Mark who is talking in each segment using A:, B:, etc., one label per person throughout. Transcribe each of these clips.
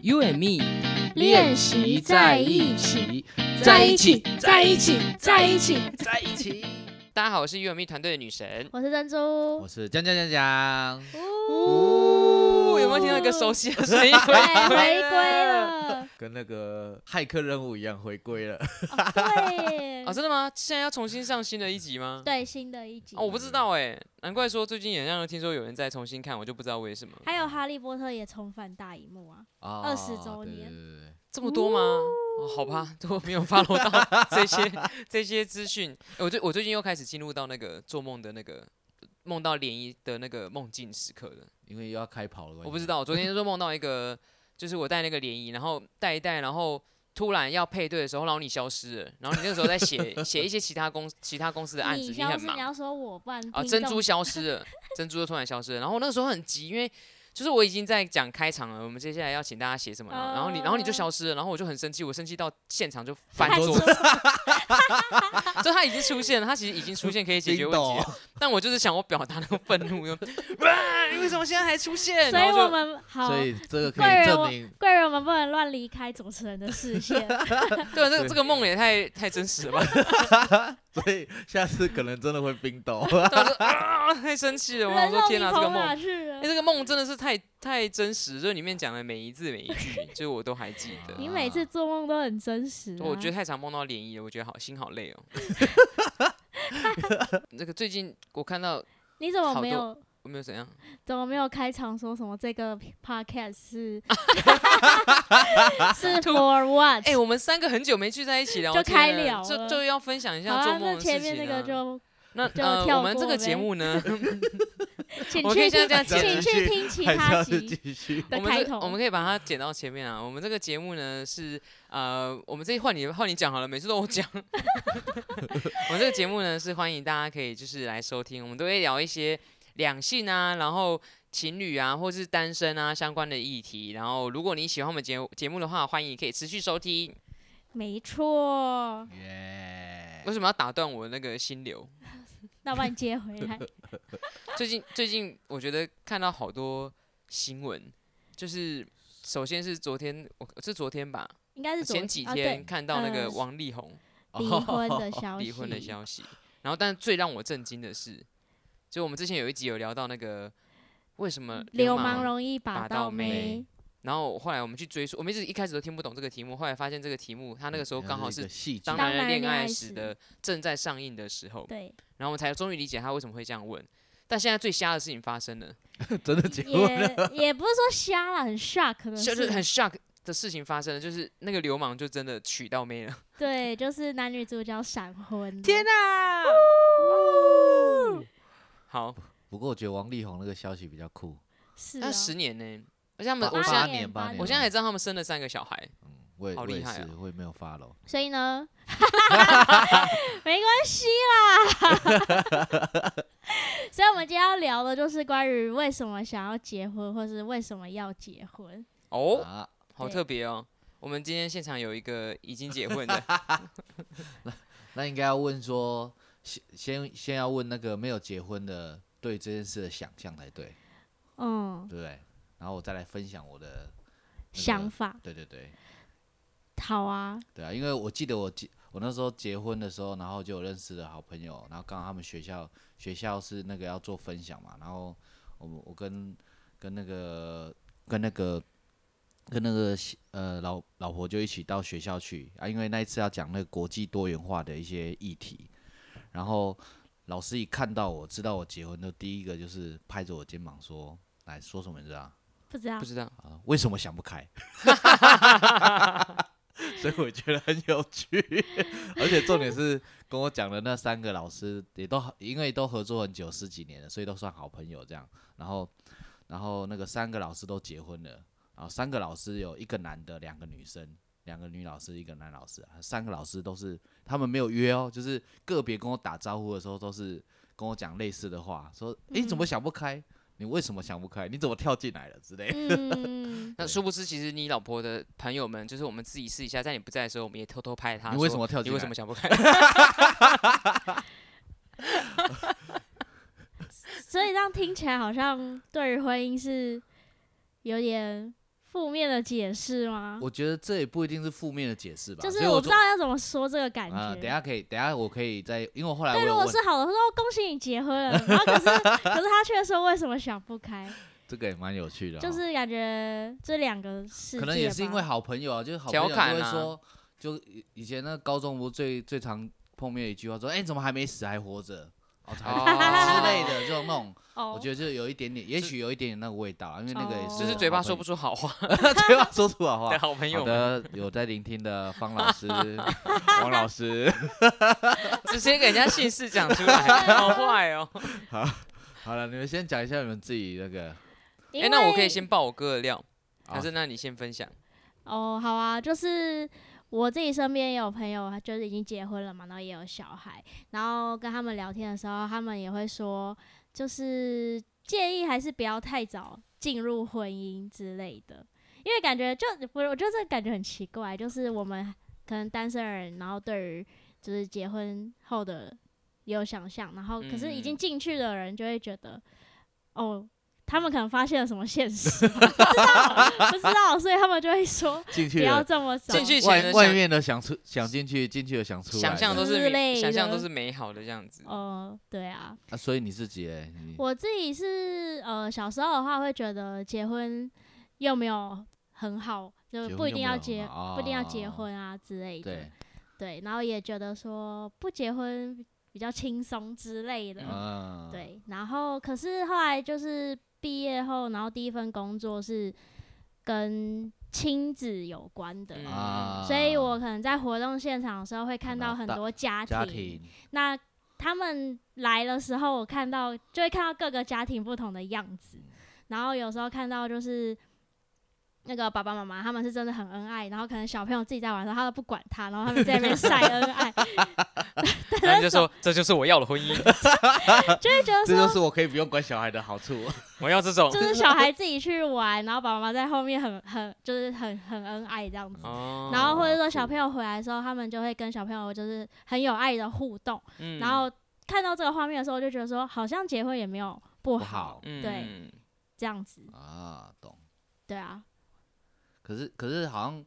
A: You and me
B: 练习在一起，
A: 在一起，在一起，在一起。
C: 在一起。大家好，我是 UME 团队的女神。
B: 我是珍珠
A: 我。是江江江江，
B: 哦
C: 呜、有没有听到一个熟悉的声音？
B: 对，哎回归。了。
A: 跟那个骇客任务一样回归 了。
B: 对
C: 啊，，真的吗？现在要重新上新的一集吗？
B: 对，新的一集
C: 哦，。我不知道哎，难怪说最近也让听说有人在重新看，我就不知道为什么。
B: 还有《哈利波特》也重返大荧幕啊！
A: 哦
B: 20周年
A: 对对对对
C: 这么多吗？哦、好吧， 都没有 follow 到这些 这些资讯。诶我最我最近又开始进入到那个做梦的那个梦到涟漪的那个梦境时刻了。
A: 因为又要开跑了，
C: 我不知道，我昨天就梦到一个，就是我带那个涟漪，然后带一带，然后突然要配对的时候，然后你消失了，然后你那个时候在 写写一些其他公其他公司的案子，
B: 你
C: 你
B: 消
C: 很
B: 失，你
C: 忙
B: 要说我不然
C: 啊，
B: 听
C: 珍
B: 众
C: 珠消失了，珍珠就突然消失了，然后我那个时候很急，因为。就是我已经在讲开场了，我们接下来要请大家写什么了，然后你，然后你就
B: 哦
C: 消失了，然后我就很生气，我生气到现场就翻
B: 太
C: 桌
B: 多
C: 子，就他已经出现了，他其实已经出现可以解 决问题
A: 叮
C: 了，但我就是想我表达那个愤 怒，就哇，你为什么现在还出现？
B: 所
C: 然
B: 以
C: 后就
B: 我们好
A: 所以这个可
B: 贵
A: 以
B: 人
A: 证
B: 我
A: 明，
B: 贵人，我们不能乱离开主持人的视 线。
C: 对啊，
A: 对
C: 这个这个梦也太太真实了吧！
A: 所以下次可能真的会冰 斗。
C: 对啊，就啊，太生气了！我想
B: 人
C: 说
B: 肉，你
C: 天哪，这个
B: 跑哪
C: 梦，
B: 去了
C: 哎，？这个梦真的是太太真实，就是里面讲的每一字每一句，就是我都还记得。
B: 你每次做梦都很真实啊。
C: 我觉得太常梦到涟漪了，我觉得好心好累 哦。这个最近我看到
B: 你怎么
C: 好
B: 没
C: 多
B: 有
C: 我没 有怎样，
B: 怎么没有开场说什么这个 podcast 是是 for what？
C: 哎，我们三个很久没聚在一起聊
B: 就
C: 天
B: 开
C: 了
B: 聊
C: 就
B: 了
C: 就要分享一
B: 好
C: 下做
B: 啊，
C: 梦
B: 那
C: 的
B: 前
C: 事
B: 面那
C: 情
B: 个
C: 啊。
B: 就
C: 那
B: 就
C: 呃，
B: 跳
C: 我们这
B: 过
C: 个
B: 呗
C: 节目呢，
B: 请
C: 我可
B: 去
C: 以现
B: 听
C: 在这样
A: 讲继
B: 请去
A: 续
B: 听其
A: 还是
B: 他
A: 要是
B: 集
A: 继续
B: 的
C: 我们
B: 开
C: 这个我们
B: 头。
C: 可以把它剪到前面啊。我们这个节目呢是呃，我们这一换你换你讲好了，每次都我讲。 我们这个节目呢是欢迎大家可以就是来收听，我们都会聊一些两性啊，然后情侣啊，或是单身啊相关的议题。然后如果你喜欢我们节节目的话，欢迎你可以持续收听。
B: 没错，
A: 耶
C: 为什么要打断我那个心流？
B: 那我帮你接回 来。
C: 最近最近我觉得看到好多新闻，就是首先是昨天我是昨天吧，
B: 应该是昨
C: 前几
B: 啊
C: 天看到那个
B: 呃
C: 王力宏。
B: 对离婚的
A: 哦
B: 消息，
C: 离婚的嗯消息。然后，但最让我震惊的是，就我们之前有一集有聊到那个为什么
B: 流
C: 嗯氓
B: 氓容 易把
C: 把到
B: 到
C: 妹
B: 妹，
C: 然后后来我们去追溯，我们一直一开始都听不懂这个题目，后来发现这个题目它那个时候
A: 原来
C: 刚好
A: 一个
C: 是《
A: 戏剧
C: 当
B: 当
C: 男人
B: 然
C: 恋
B: 恋
C: 爱
B: 爱
C: 时》
B: 时
C: 的正在上映的时候，
B: 对，
C: 然后我们才终于理解他为什么会这样问。但现在最瞎的事情发生了，
A: 真的结婚了，
B: 也也不是说瞎了，很 shock 的
C: 就是很
B: 是，
C: shock 的事情发生了，就是那个流氓就真的娶到妹了。
B: 对，就是男女主角闪婚，
C: 天哪！ 好，
A: 不过我觉得王力宏那个消息比较酷。
B: 是
C: 那
B: 啊
C: 十年呢？而且他们，
A: 八
C: 我
A: 哦
C: 现
A: 八
C: 在
A: 年八年
C: 我现在才知道他们生了三个小孩。
A: 嗯，我也
C: 好
A: 我
C: 厉
A: 也
C: 害
A: 是
C: 哦，
A: 我也没有发了。
B: 所以呢，没关系啦。 所以，我们今天要聊的就是关于为什么想要结婚，或是为什么要结婚。
C: 哦，
A: 啊，
C: 好
B: 对
C: 特别哦！我们今天现场有一个已经结婚 的，
A: 那应该要问说，先先先要问那个没有结婚的对这件事的想象才对，
B: 嗯
A: 对，不对？然后我再来分享我的、那个
B: 想。法
A: 对对对
B: 好啊，
A: 对啊，因为我记得我结我那时候结婚的时候，然后就有认识的好朋友，然后刚好他们学校学校是那个要做分享嘛，然后我们我跟跟那个跟那个跟那个呃老老婆就一起到学校去啊，因为那一次要讲那个国际多元化的一些议题，然后老师一看到我知道我结婚，就第一个就是拍着我肩膀说，来说什么你知道？
B: 不知道
C: 不知 道
A: 啊，为什么想不开？ 所以我觉得很有趣，而且重点是跟我讲的那三个老师也都好因为都合作很久十几年了，所以都算好朋友这样。然后，然后那个三个老师都结婚了，然后三个老师有一个男的，两个女生，两个女老师，一个男老师，三个老师都是他们没有约哦，就是个别跟我打招呼的时候都是跟我讲类似的话，说诶，你怎么想不开？你为什么想不开？你怎么跳进来了之类的
B: 嗯，
C: 那
A: 对
C: 殊不知，其实你老婆的朋友们，就是我们自己试一下，在你不在的时候，我们也偷偷拍她。
A: 你为什么跳
C: 你
A: 进
C: 为
A: 来
C: 什么想不开？
B: 所以这样听起来好像对于婚姻是有点负面的解释吗？
A: 我觉得这也不一定是负面的解释吧，
B: 啊就
A: 所以
B: 是我不
A: 就
B: 知道要怎么说这个感觉。
A: 啊、等一下可以，等一下我可以再，因为我后来我
B: 对，如
A: 有
B: 果
A: 问，
B: 是好的，他说哦恭喜你结婚了，然后可 是可是他却说为什么想不开，
A: 这个也蛮有趣的、哦，
B: 就是感觉这两个世界
A: 可能也
B: 吧
A: 是因为好朋友啊，就是好朋友
C: 调
A: 就
C: 侃啊
A: 会说，就以以前那高中不是最最常碰面的一句话说，哎、你怎么还没死，还活着？哦，才
C: 哦
A: 之类的，就那种，
B: 哦
A: 我，觉得就有一点点，也许有一点点那个味道啊，因为那个也
B: 哦
A: 是
C: 就是嘴巴说 不
A: 出，
C: 出好话
A: 嘴巴说出好话
C: 的。好朋
A: 好
C: 友们，
A: 的，有在聆听的方老 师、王老师，
C: 直接给人家姓氏讲 出来，好坏哦。
A: 好了，你们先讲一下你们自己那个
B: 因
C: 哎，那我
B: 为
C: 可以先爆我哥的料，
A: 好
C: 还是那你先分享？
B: 哦，好啊，就是我自己身边也有朋友，他就是已经结婚了嘛，然后也有小孩，然后跟他们聊天的时候，他们也会说，就是建议还是不要太早进入婚姻之类的，因为感觉就我我觉得这个感觉很奇怪，就是我们可能单身人，然后对于就是结婚后的有想象，然后可是已
C: 嗯
B: 经进去的人就会觉得，哦。他们可能发现了什么现实 吧，不知道，不知道，所以他们就会说，
A: 进
B: 不
A: 去
B: 要
A: 了，
B: 这么早。
C: 进去前
A: 外
C: 的
A: 外
C: 想
A: 面的想出想进去，进去的想出来的，
C: 想象都是
B: 之
C: 美
B: 类
C: 想象都
B: 的
C: 是美好的这样
A: 嗯
C: 子。
B: 哦、对啊，
A: 啊，所以你自己嘞，你
B: 我自己是呃，小时候的话会觉得结婚又没有很好，就
A: 结
B: 不
A: 婚
B: 一
A: 又没
B: 定要
A: 有
B: 结，
A: 很好
B: 不一定要结
A: 哦
B: 婚啊之类的。
A: 对，
B: 对然后也觉得说不结婚比较轻松之类的。
A: 嗯，，
B: 对，然后可是后来就是毕业后，然后第一份工作是跟亲子有关的。
C: 嗯
A: 啊，
B: 所以我可能在活动现场的时候会看
A: 看
B: 到
A: 到
B: 很
A: 大
B: 多
A: 家庭
B: 那他们来的时候，我看到就会看到各个家庭不同的样子，然后有时候看到就是那个爸爸妈妈他们是真的很恩爱，然后可能小朋友自己在玩的时候，他都不管他，然后他们在那边晒恩 爱，
C: 然后你就说这就是我要的婚姻，
B: 就会觉得
A: 这就
B: 说。
A: 是我可以不用管小孩的好处。
C: 我要这种
B: 就。是小孩自己去玩，然后爸爸妈妈在后面很很就是很很恩爱这样子，
C: 哦
B: 然后或者说
A: 酷
B: 小朋友回来的时候，他们就会跟小朋友就是很有爱的互动，
C: 嗯
B: 然后看到这个画面的时候，我就觉得说好像结婚也没有不
A: 不
B: 好
A: 好
C: 嗯，
B: 这样子，
A: 啊，懂。
B: 对啊，
A: 可是可是好像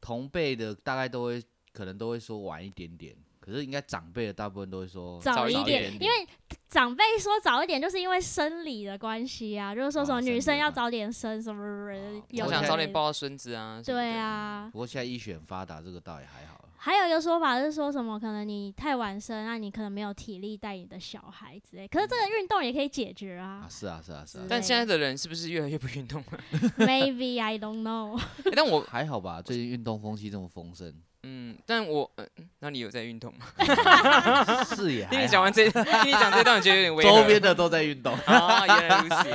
A: 同辈的大概都会，可能都会说晚一点点。可是应该长辈的大部分都会说
B: 早
C: 一
B: 一
A: 点
B: 点，因为长辈说早一点，就是因为生理的关系啊，就是说什
A: 哦
B: 么
A: 生理
B: 女
A: 的
B: 生要
A: 关
B: 早点生什么什么什么
A: 哦
B: 有
C: 我
B: 的
C: 想
B: 没
C: 早点
B: 的
C: 抱到孙子啊。什么
B: 对
C: 的，
B: 啊。
A: 不过现在医学很发达，这个倒也还好。
B: 还有一个说法是说什么，可能你太晚生，那你可能没有体力带你的小孩之类。可是这
C: 嗯
B: 个运动也可以解决
A: 啊，
B: 啊
A: 是啊，是啊，是啊，
C: 但现在的人是不是越来越不运动了？
B: ，Maybe I don't know。
C: 欸但我
A: 还好吧？最近运动风气这么丰盛，
C: 嗯，但我嗯，那你有在运动吗？
A: 是也还好。
C: 听你讲完这， 听你讲这段，我觉得有点违和。
A: 周边的都在运动
C: 啊，原来如此。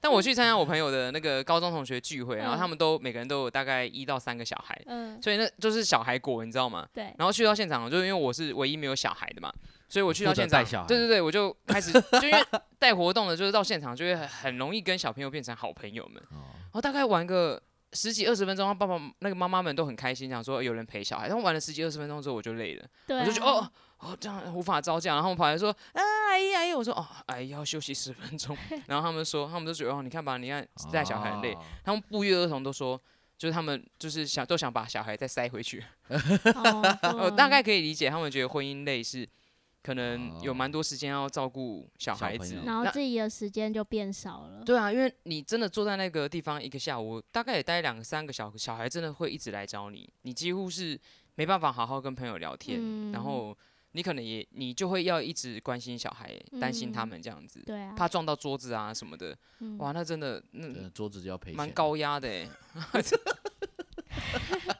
C: 但我去参加我朋友的那个高中同学聚会，然后
B: 嗯
C: 他们都每个人都有大概一到三个小孩，
B: 嗯，
C: 所以那就是小孩果，你知道吗？
B: 对，
C: 然后去到现场，就是因为我是唯一没有小孩的嘛，所以我去到
A: 负责
C: 现场
A: 带小，孩
C: 对对对，我就开始就因为带活动的，就是到现场就会很很容易跟小朋友变成好朋友们。
A: 哦
C: 然后大概玩个十几二十分钟，爸爸那个妈妈们都很开心，想说有人陪小孩。然后玩了十几二十分钟之后，我就累了，
B: 对啊，
C: 我就觉得哦哦这样无法招架。然后我跑来说啊阿姨阿姨，我说哦阿姨要休息十分钟。然后他们说他们都觉得哦你看吧，你看带小孩很累。
A: 哦
C: 他们不约而同都说。就是他们就是想都想把小孩再塞回去，
B: 哦，
C: 我
B: 对
C: 大概可以理解他们觉得婚姻累是可能有
A: 哦
C: 蛮多时间要照顾小孩子
A: 小朋，友
B: 然后
C: 那
B: 自己的时间就变少了。
C: 对啊，因为你真的坐在那个地方一个下午，大概也待两三个小小孩，真的会一直来找你，你几乎是没办法好好跟朋友聊天，
B: 嗯
C: 然后你可能也你就会要一直关心小孩，担心他
B: 嗯
C: 们这样子，
B: 对啊，
C: 怕撞到桌子啊什么的，
B: 嗯
C: 哇，那真的那
A: 真的呃桌子就要赔钱，
C: 蛮高压的 哎、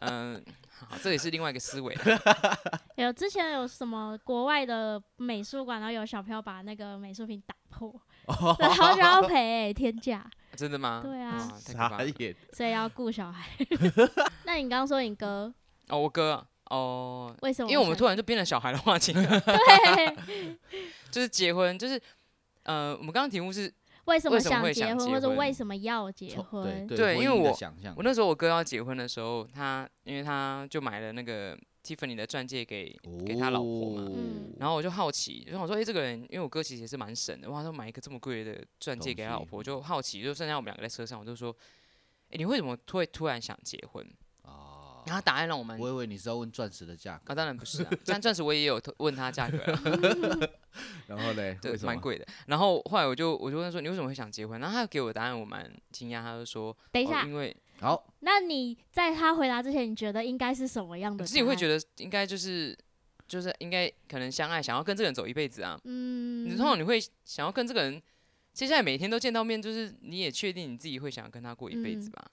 C: 嗯，好，这也是另外一个思 维啦。
B: 有之前有什么国外的美术馆，然后有小朋友把那个美术品打破， 然后就要赔、哎天价，
C: 真的吗？
B: 对啊
C: 哇太可怕
A: 傻
C: 了
A: 眼。
B: 所以要顾小孩。 那你刚刚说你哥
C: 哦，我哥啊哦，
B: 为什么想？
C: 因为我们突然就变了小孩的话题，
B: 对
C: 就是结婚，就是呃，我们刚刚题目是
B: 为什
C: 为
B: 么
C: 什么
B: 想
C: 会
B: 结
C: 想
B: 婚，
C: 结
B: 或者
C: 婚
B: 为什么要结
A: 对
B: 婚？
C: 对
A: 婚
C: 因为
A: 姻的
C: 我
A: 想象
C: 我那时候我哥要结婚的时候，他因为他就买了那个 Tiffany 的钻戒给给他老婆嘛。
A: 哦
B: 嗯
C: 然后我就好奇，就想说，哎、这个人，因为我哥其实也是蛮神的，哇，他买一个这么贵的钻戒
A: 东
C: 给他老
A: 西
C: 婆，就好奇，就剩下我们两个在车上，我就说，哎、诶你为什么突会突然想结婚？
A: 哦，
C: 然后答案让我们
A: 我以为你是要问钻石的价格，
C: 啊，当然不是啊，但钻石我也有偷问他价格啊，
A: 然后嘞，
C: 对
A: 为，什
C: 蛮
A: 么？
C: 贵的。然后后来我就我就问他说你为什么会想结婚？然后他给我的答案我蛮惊讶，他就说
B: 等一
C: 哦
B: 下，
C: 因为
A: 好，
B: 那你在他回答之前，你觉得应该是什么样
C: 我
B: 的？
C: 自己会觉
B: 得，
C: 得应该就是就是应该可能相爱，想要跟这个人走一辈子啊。
B: 嗯，
C: 你通常你会想要跟这个人，接下来每天都见到面，就是你也确定你自己会想要跟他过一辈子
B: 嗯
C: 吧？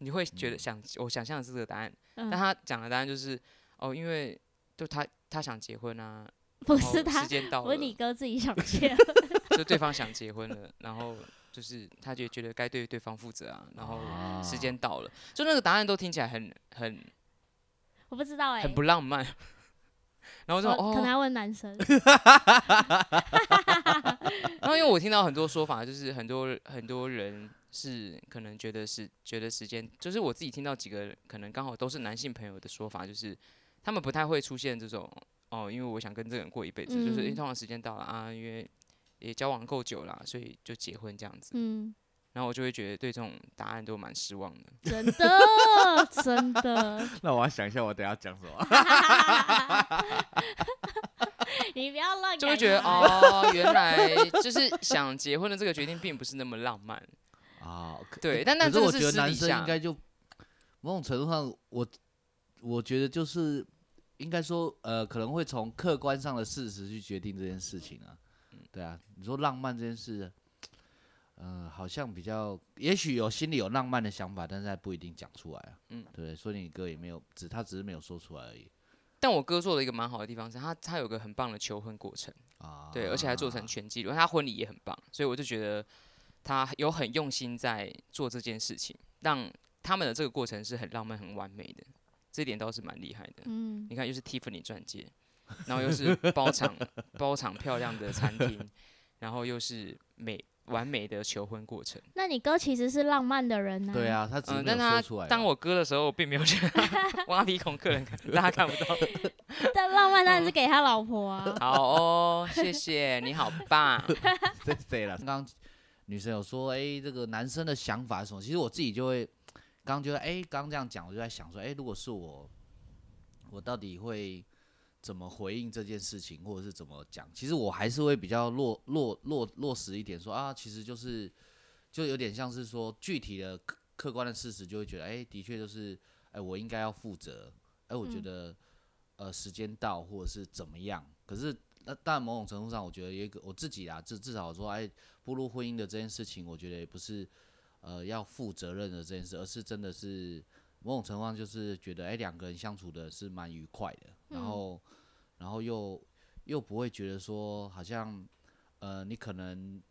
C: 你会觉得
A: 嗯
C: 想我想象的是这个答案，
B: 嗯
C: 但他讲的答案就是哦，因为就他他想结婚啊，
B: 不
C: 然后
B: 是他
C: 时，间到了
B: 我，你哥自己想结，
C: 就对方想结婚了，然后就是他就觉得该对对方负责啊，然后
A: 啊
C: 时 间到了，就那个答案都听起来很很
B: 我不知道哎、
C: 很不浪漫， 然后
B: 我
C: 就
B: 可能
C: 哦，
B: 要问男 生，
C: 然后因为我听到很多说法，就是很多很多人是可能觉得是觉得时间，就是我自己听到几个可能刚好都是男性朋友的说法，就是他们不太会出现这种哦，因为我想跟这个人过一辈子，就是、诶
B: 嗯
C: 通常时间到了啊，因为也交往够久了，啊所以就结婚这样子。
B: 嗯，
C: 然后我就会觉得对这种答案都蛮失望的。
B: 真的真的，
A: 那我要想一下，我等下讲什么。
B: 你不要乱，啊
C: 就会觉得，哦，原来就是想结婚的这个决定并不是那么浪漫。
A: 啊，可
C: 对
A: 欸
C: 但但
A: 可
C: 这
A: 是
C: 个
A: 我
C: 是
A: 觉得
C: 私
A: 男
C: 底
A: 生
C: 下
A: 应该就某种程度上，我我觉得就是应该说，呃，可能会从客观上的事实去决定这件事情啊。
C: 嗯
A: 对啊，你说浪漫这件事，呃，好像比较，也许有心里有浪漫的想法，但是还不一定讲出来啊。
C: 嗯
A: 对不对，所以你哥也没有，只他只是没有说出来而已
C: 但我哥做了一个蛮好的地方是他，他有个很棒的求婚过程，
A: 啊。
C: 对，而且还做成全纪录，他婚礼也很棒，所以我就觉得他有很用心在做这件事情，让他们的这个过程是很浪漫、很完美的，这一点倒是蛮厉害的。
B: 嗯
C: 你看，又是 Tiffany 钻戒，然后又是包场包场漂亮的餐厅，然后又是美完美的求婚过程。
B: 那你哥其实是浪漫的人呐、
A: 对，啊，他只是
C: 嗯，
A: 没
C: 但
A: 有
C: 他
A: 说出来而已。啊
C: 当我割的时候，我并没有觉得 挖鼻孔客人看，大家看不到。
B: 但浪漫当然是给他老婆 啊。
C: 好哦，谢谢，你好 棒。
A: 对对了，刚刚女生有说，哎、这个男生的想法是什么？其实我自己就会，刚刚觉得，哎、刚刚这样讲，我就在想说，哎、如果是我，我到底会怎么回应这件事情，或者是怎么讲？其实我还是会比较落落落落实一点说啊，其实就是就有点像是说具体的客客观的事实，就会觉得，哎、的确就是，哎、我应该要负责，哎、我觉
B: 嗯
A: 得。呃，时间到或者是怎么样，可是那当然某种程度上，我觉得有一个我自己啦，至至少说，哎，步入婚姻的这件事情，我觉得也不是呃要负责任的这件事，而是真的是某种程度上就是觉得，哎，两个人相处的是蛮愉快的，然
B: 嗯
A: 后、然后又又不会觉得说好像呃你可能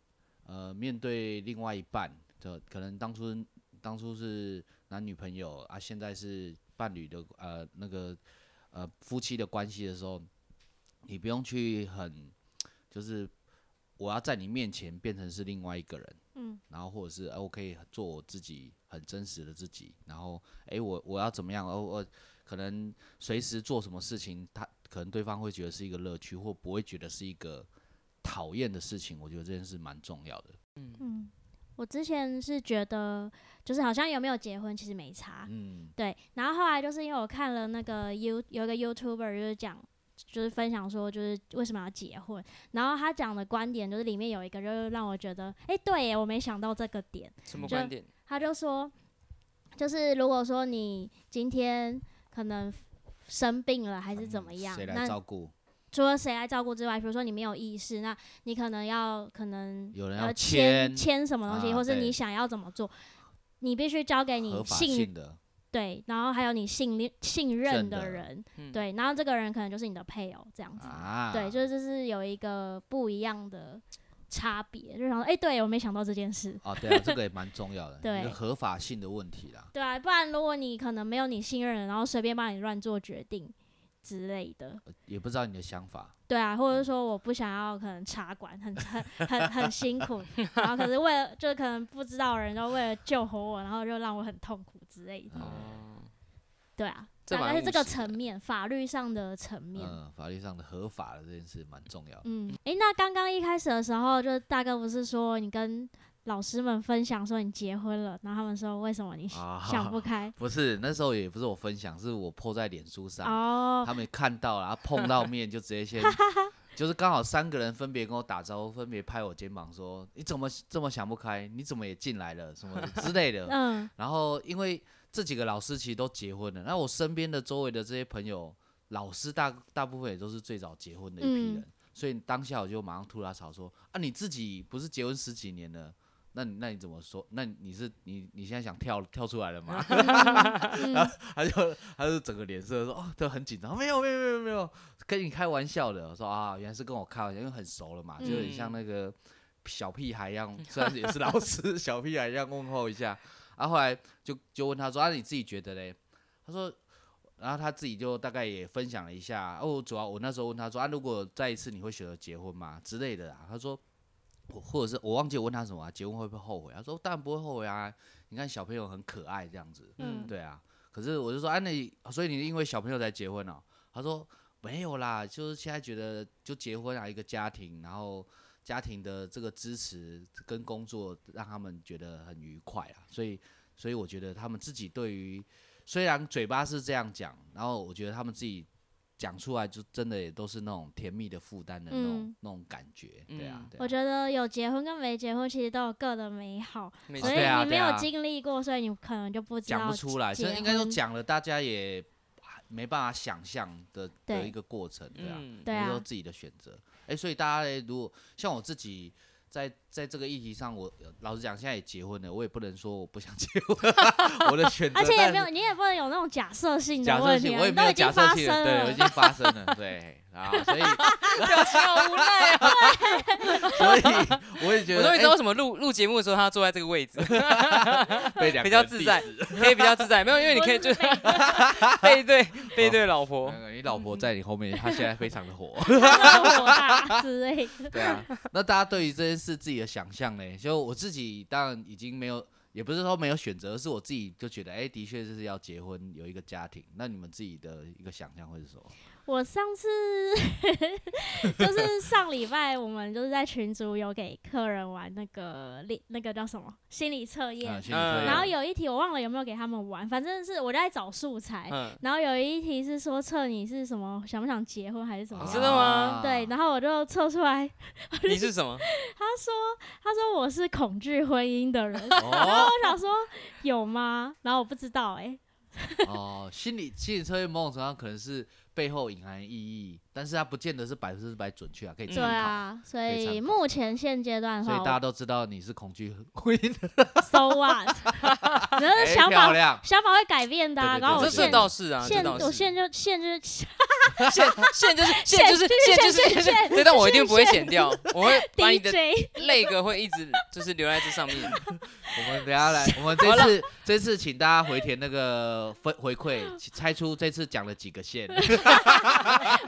A: 呃面对另外一半的，可能当初当初是男女朋友啊，现在是伴侣的呃那个呃夫妻的关系的时候，你不用去很就是我要在你面前变成是另外一个人，
B: 嗯，
A: 然后或者是哎、我可以做我自己很真实的自己，然后哎、我我要怎么样，哦我可能随时做什么事情，他可能对方会觉得是一个乐趣，或不会觉得是一个讨厌的事情，我觉得这件事蛮重要的。
C: 嗯，
B: 嗯，我之前是觉得，就是好像有没有结婚其实没差，
A: 嗯，
B: 对。然后后来就是因为我看了那个 You 有一个 YouTuber 就是讲。就是分享说，就是为什么要结婚，然后他讲的观点就是里面有一个，就是让我觉得，哎、对耶，我没想到这个点。
C: 什么
B: 就
C: 观点？
B: 他就说，就是如果说你今天可能生病了还是怎么样，
A: 嗯谁
B: 那
A: 来照顾？
B: 除了谁来照顾之外，比如说你没有意识，那你可能要可能
A: 有人
B: 要
A: 要
B: 呃签
A: 签
B: 签什么东西，
A: 啊
B: 或是你
A: 对
B: 想要怎么做，你必须交给你
A: 合法
B: 信
A: 性的，
B: 对，然后还有你信任信任
A: 任
B: 的
A: 的
B: 人，
C: 嗯，
B: 对，然后这个人可能就是你的配偶这样子，
A: 啊，
B: 对，就是这是有一个不一样的差别，就想说，哎、对我没想到这件事。
A: 哦，对啊，这个也蛮重要的，
B: 对
A: 一个合法性的问题啦。
B: 对啊，不然如果你可能没有你信任的人，然后随便帮你乱做决定之类的，
A: 也不知道你的想法，
B: 对啊，或者说我不想要可能茶馆很很很很辛苦，然后可是为了就是可能不知道的人，然后为了救活我，然后就让我很痛苦之类的，
C: 哦，
B: 对啊，
C: 这
B: 大
C: 蛮
B: 概是
C: 务
B: 这个
C: 实的
B: 层面，法律上的层面。
A: 嗯，法律上的合法的这件事蛮重要的。
B: 嗯，诶，那刚刚一开始的时候，就是大哥不是说你跟老师们分享说你结婚了，然后他们说为什么
C: 哦
B: 你
A: 啊
B: 嗯 想不 开？
A: 不是那时候也不是我分享，是我 po 在脸书上，
B: 哦，
A: 他们看到 了，然后碰到面就直接先，就是刚好三个人分别跟我打招呼，分别拍我肩膀说：“你怎么这么想不开？你怎么也进来了？什么之类的。”
B: 嗯，
A: 然后因为这几个老师其实都结婚了，那我身边的周围的这些朋友，老师大大部分也都是最早结婚的一批
B: 嗯
A: 人，所以当下我就马上吐他槽说：“啊，你自己不是结婚十几年了？”那你那你怎么说？那你是你你现在想跳跳出来了吗？
B: 嗯
A: 他就他就整个脸色说哦，都很紧张，没有没有没有没有，跟你开玩笑的。我说啊，原来是跟我开玩笑，因为很熟了嘛，就有点像
C: 嗯
A: 那个小屁孩一样，虽然也是老师， 小屁孩一样问候一下。啊，后来就就问他说啊，你自己觉得嘞？他说，然后他自己就大概也分享了一下。哦，主要我那时候问他说啊，如果再一次你会选择结婚吗之类的啊？他说。我或者是我忘记我问他什么、啊，结婚会不会后悔？他说当然不会后悔啊，你看小朋友很可爱这样子，
B: 嗯
A: 对啊，可是我就说，啊，那你所以你因为小朋友才结婚哦？他说没有啦，就是现在觉得就结婚啊，一个家庭，然后家庭的这个支持跟工作让他们觉得很愉快啊，所以所以我觉得他们自己对于虽然嘴巴是这样讲，然后我觉得他们自己讲出来就真的也都是那种甜蜜的负担的那种、
B: 嗯
A: 那种感觉，对啊
C: 嗯，
A: 对啊
B: 我觉得有结婚跟没结婚其实都有各的美好，
C: 没
B: 所
C: 错
B: 以
A: 对啊
B: 你没有
A: 对啊
B: 经历过，所以你可能就不知道
A: 讲不出来，
B: 结
A: 这应该都
B: 婚
A: 讲了，大家也没办法想象的的
B: 对
A: 一个过程，对啊。
C: 嗯，
B: 对
A: 也是
B: 啊
A: 说自己的选择。哎、所以大家嘞，如果像我自己在在这个议题上，我呃老实讲，现在也结婚了，我也不能说我不想结婚， 我的选择，
B: 而且
A: 但
B: 也没有，
A: 是
B: 你也不能有那种假设性
A: 假
B: 的
A: 设
B: 问题
A: 性，
B: 啊，
A: 我也
B: 你
A: 没
B: 都
A: 有
B: 已经
A: 假
B: 发
A: 设
B: 生
A: 性的，对，我已
B: 了，
A: 经发生了， 对啊，所以
C: 表情好无奈啊！
A: 所以我也觉
C: 我
A: 得
C: 终于知道
A: 哎
C: 为什么录录节目的时候他要坐在这个位置，
A: 被两
C: 比
A: 个
C: 较
A: 人
C: 自
A: diss
C: 在，可以比较自在。没有，因为你可以就 背对背对老婆
A: 那，个你老婆在你后面，她现在非常的火。
B: 他们火大之类 的，
A: 对啊，那大家对于这件事自己的想象呢？就我自己当然已经没有，也不是说没有选择，而是我自己就觉得，哎、的确就是要结婚，有一个家庭。那你们自己的一个想象会是什么？
B: 我上次就是上礼拜，我们就是在群组有给客人玩那个力那个叫什么心理测
A: 啊
B: 验，
A: 心理测验
B: 然后有一题我忘了有没有给他们玩，反正是我在找素材，
C: 嗯，
A: 哦
B: 然后有一题是说测你是什么想不想结婚还是怎么
A: 啊
B: 样，
C: 真的吗
B: 对，然后我就测出来，
C: 你是什么？
B: 他说他说我是恐惧婚姻的人，
A: 哦
B: 我想说有吗？然后我不知道哎、
A: 哦，心理心理测验某种程度上可能是背后隐含意义，但是它不见得是百分之百准确啊，可以
C: 嗯
A: 参
B: 对
A: 考。
B: 啊，所
A: 以参
B: 以
A: 考
B: 目前现阶段的
A: 所以
B: 话
A: 大家都知道你是恐惧婚姻的，
B: 我，so what，你的
A: 哎
B: 想
A: 漂
B: 法
A: 亮。
B: 想法会改变的、
A: 对
B: 啊，
A: 对对
B: 然后
A: 哦
B: 我
C: 这
A: 是
C: 这
B: 现
C: 倒是啊，这
B: 现
C: 倒
B: 我
C: 是。
B: 现就现就
C: 现 现就是现就是现就是
B: 现现
C: 对，但我一定不会剪掉，我 会把你 的
B: DJ
C: 泪格会一直就是留在这上面。
A: 我们等一下来，我们这次这次请大家回填那个分回馈，请猜出这次讲了几个线。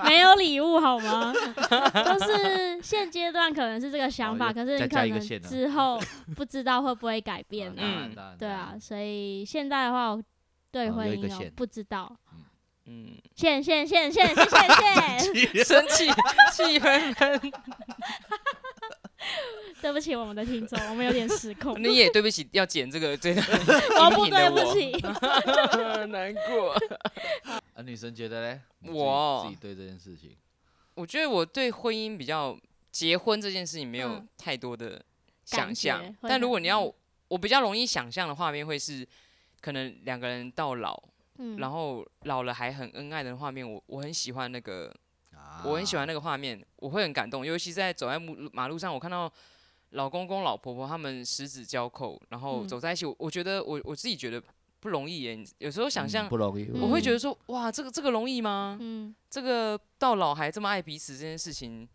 B: 没有礼物好吗？ 就是现阶段可能是这个想
A: 哦
B: 法，
A: 又
B: 可是
A: 再
B: 你
A: 加
B: 可
A: 一个
B: 能
A: 线啊
B: 之后不知道会不会改变
A: 啊
B: 啊。
A: 当然当然
B: 对
A: 当
B: 啊，
A: 然
B: 所以现在的话，我对
A: 嗯哦
B: 婚
A: 有一个
B: 姻哦
A: 线
B: 不知道，
C: 嗯，
B: 现现现现现现 现，
C: 生气气氛氛，
B: 对不起我们的听众，我们有点 失控，
C: 你也对不起，要剪这个这段
B: 哦不
C: 音频
B: 对
C: 的
B: 不
C: 我，
B: 起，
C: 难过。
A: 啊，女生觉得嘞，你自己
C: 我哦
A: 自己对这件事情，
C: 我觉得我对婚姻比较结婚这件事情没有
B: 嗯
C: 太多的
B: 感
C: 想象，
B: 觉会
C: 但如
B: 很嗯
C: 果你要我我比较容易想象的画面会是，可能两个人到老，
B: 嗯，
C: 然后老了还很恩爱的画面，我我很喜欢那个，
A: 啊
C: 我很喜欢那个画面，我会很感动，尤其在走在路马路上，我看到老公公老婆婆他们十指交扣，然后
B: 嗯
C: 走在一起，我我觉得我我自己觉得不容易耶，有时候想
A: 嗯
C: 象。
A: 不容易，
C: 我会觉
A: 得
C: 得说，哇，这个这个容易吗？
B: 嗯
C: 这个到老还这么爱彼此这件事情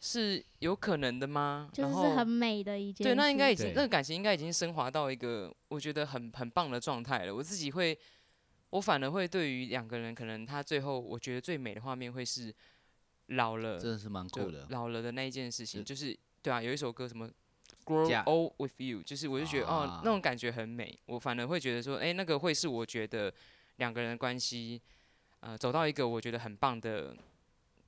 C: 是有可能的吗？
B: 就
C: 然
B: 是
C: 后
B: 很美的一件事，
C: 对，那应该已经
A: 对
C: 那个感情应该已经升华到一个我觉得很很棒的状态了。我自己会，我反而会对于两个人，可能他最后我觉得最美的画面会是老了，
A: 真的是蛮
C: 就
A: 酷的。
C: 老了的那一件事情，
A: 是
C: 就是对啊，有一首歌什么。Grow
A: 嫁
C: old with you，就是我就觉得、哦
A: 啊，
C: 那种感觉很美。我反而会觉得说，哎、那个会是我觉得两个人的关系，呃，走到一个我觉得很棒的。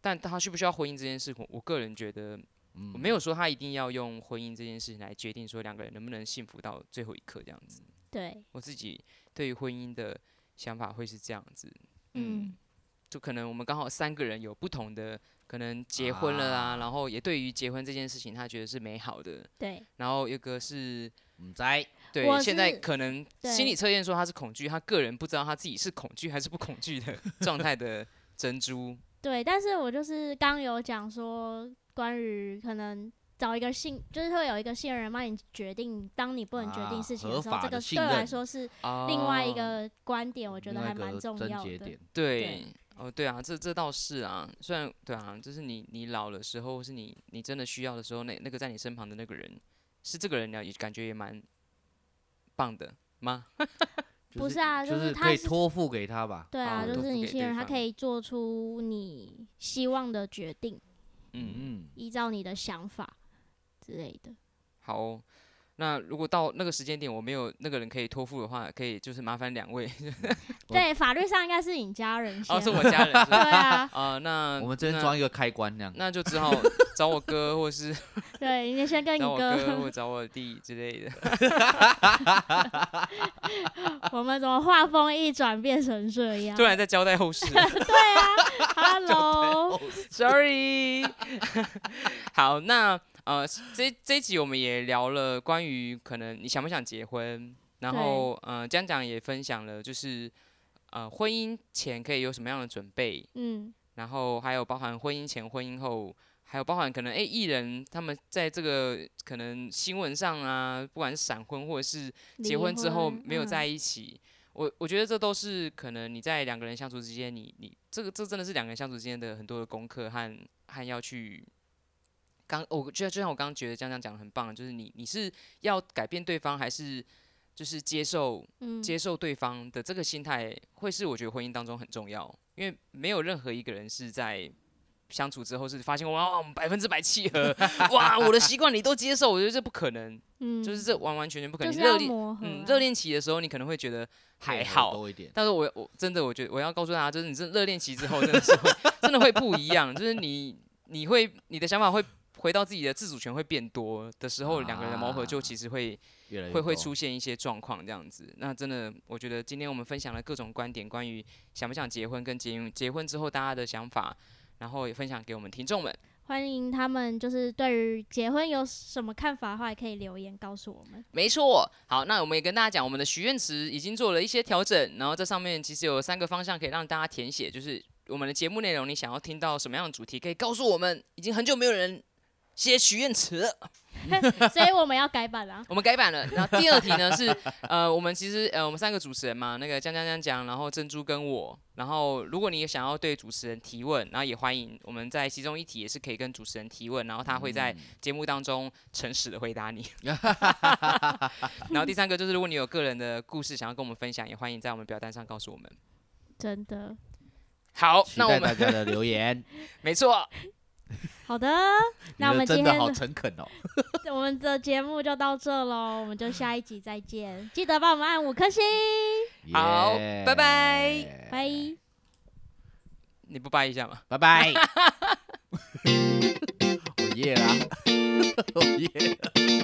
C: 但他需不需要婚姻这件事，我我个人觉得
A: 嗯
C: 我没有说他一定要用婚姻这件事情来决定说两个人能不能幸福到最后一刻这样子。
B: 对，
C: 我自己对于婚姻的想法会是这样子，嗯，
B: 嗯，
C: 就可能我们刚好三个人有不同的，可能结婚了啊，
A: 啊
C: 然后也对于结婚这件事情，他觉得是美好的，
B: 对，
C: 然后有个是
A: 嗯在
C: 对
B: 我
C: 现在
B: 是
C: 可能
B: 对
C: 心理测验说他是恐惧，他个人不知道他自己是恐惧还是不恐惧的 状态的珍珠，
B: 对。但是我就是刚有讲说，关于可能找一个信，就是会有一个信任人帮你决定，当你不能决定
A: 啊
B: 事情
A: 合
B: 的时候，
A: 法
B: 这
A: 的
B: 个
A: 信
B: 对我来
A: 任
B: 说是
C: 哦
B: 另外一个观点，我觉
A: 另
B: 得
A: 外
B: 还
A: 一个
B: 蛮重
A: 症
B: 要
A: 结
B: 的
A: 点。
C: 对，哦，对啊，这这倒是啊，虽然对啊，就是你你老的时候，或是你你真的需要的时候，那那个在你身旁的那个人，是这个人呢，也感觉也蛮棒的吗？
A: 就
B: 不是啊
A: 就
B: 就是他
A: 可以
B: 是
A: 托付给他吧。
B: 对啊，
A: 好的
B: 就
C: 托
B: 是
C: 付
B: 你
C: 给
B: 信任
C: 对
B: 他
C: 方
B: 可以做出你希望的决定，
C: 嗯，
A: 嗯，
B: 依照你的想法之类的。
C: 好哦、那如果到那个时间点我没有那个人可以托付的话，可以就是麻烦两位，
A: 我
B: 对，法律上应该是你家人先
C: 哦，是我
B: 嘛
C: 家人 是
B: 对
C: 吧
B: 啊，
C: 啊、那
A: 我们这边
C: 那嗯
A: 装一个开关那样。
C: 那就 只好找我哥，或是
B: 对，你先跟你
C: 找 我哥，
B: 哥，
C: 或找我弟之类的。
B: 我们怎么画风一转变成这样啊
C: 突？然在交代后事。
B: Hello，
C: Sorry 。 好，那呃，这这一集我们也聊了关于可能你想不想结婚，然
B: 对
C: 后呃，江讲也分享了就是呃，婚姻前可以有什么样的准备，
B: 嗯，
C: 然后还有包含婚姻前、婚姻后，还有包含可能诶艺人他们在这个可能新闻上啊，不管是闪婚或者是结
B: 离
C: 婚之后
B: 婚
C: 没有
B: 嗯
C: 在一起，我我觉得这都是可能你在两个人相处之间，你你这个这真的是两个人相处之间的很多的功课和和要去。刚我就就像我刚刚觉得江江讲的很棒，就是你你是要改变对方，还是就是接受
B: 嗯，
C: 接受对方的这个心态，会是我觉得婚姻当中很重要，因为没有任何一个人是在相处之后是发现哇，我们百分之百契 合，哇，我的习惯你都接受，我觉得这不可能，
B: 嗯，
C: 就是这完完全全不可
B: 就
C: 能。
B: 是
C: 你热
B: 要
C: 恋，
B: 磨合啊，
C: 嗯，热恋期的时候你可能会觉得还
A: 配合
C: 好，
A: 多一点。
C: 但是我我真的我觉得我要告诉大家，就是你这热恋期之后真的是会真的会不一样，就是你你会你的想法会回到自己的自主权会变多的时候，两个人的磨合就
A: 啊
C: 其实会。
A: 越来越
C: 会会
A: 多
C: 出现一些状况这样子。那真的，我觉得今天我们分享了各种观点，关于想不想结婚跟结结婚之后大家的想法，然后也分享给我们听众们。
B: 欢迎他们就是对于结婚有什么看法的话，也可以留言告诉我们。
C: 没错，好，那我们也跟大家讲，我们的许愿池已经做了一些调整，然后这上面其实有三个方向可以让大家填写，就是我们的节目内容，你想要听到什么样的主题，可以告诉我们。已经很久没有人写许愿池了。
B: 所以我们要改版啊。
C: 我们改版了。然后第二题呢是，呃，我们其实呃，我们三个主持人嘛，那个江江江江，然后珍珠跟我。然后如果你也想要对主持人提问，然后也欢迎我们在其中一题也是可以跟主持人提问，然后他会
A: 嗯
C: 在节目当中诚实的回答 你。然后第三个就是，如果你有个人的故事想要跟我们分享，也欢迎在我们表单上告诉我们。
B: 真的，
C: 好，
A: 期
C: 那我
A: 待大
C: 们
A: 家的留 言。
C: 没错，
B: 好 的，
A: 你
B: 那我
A: 的
B: 们今
A: 真的
B: 天
A: 好
B: 的
A: 诚恳哦。
B: 我们的节目就到这喽，我们就下一集再见，记得帮我们按五颗星，
C: 好
A: 耶
C: 拜拜
B: 拜。
C: 你不掰一下吗？
A: 拜拜。 我耶啦，我耶。